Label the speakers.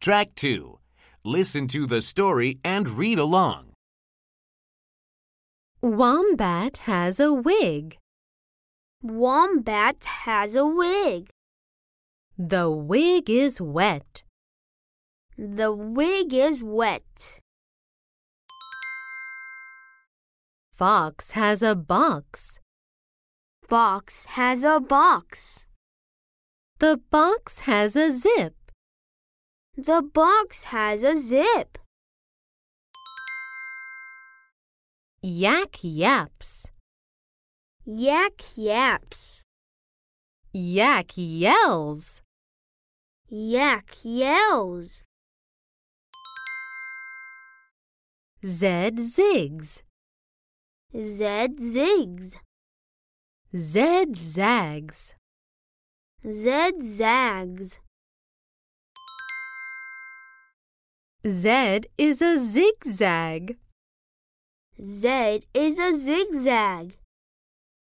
Speaker 1: Track 2. Listen to the story and read along.
Speaker 2: Wombat has a wig.
Speaker 3: Wombat has a wig.
Speaker 2: The wig is wet.
Speaker 3: The wig is wet.
Speaker 2: Fox has a box.
Speaker 3: Fox has a box.
Speaker 2: The box has a zip.
Speaker 3: The box has a zip.
Speaker 2: Yak yaps.
Speaker 3: Yak yaps.
Speaker 2: Yak yells.
Speaker 3: Yak yells.
Speaker 2: Zed zigs.
Speaker 3: Zed zigs.
Speaker 2: Zed zags.
Speaker 3: Zed zags.
Speaker 2: Z is a zigzag.
Speaker 3: Z is a zigzag.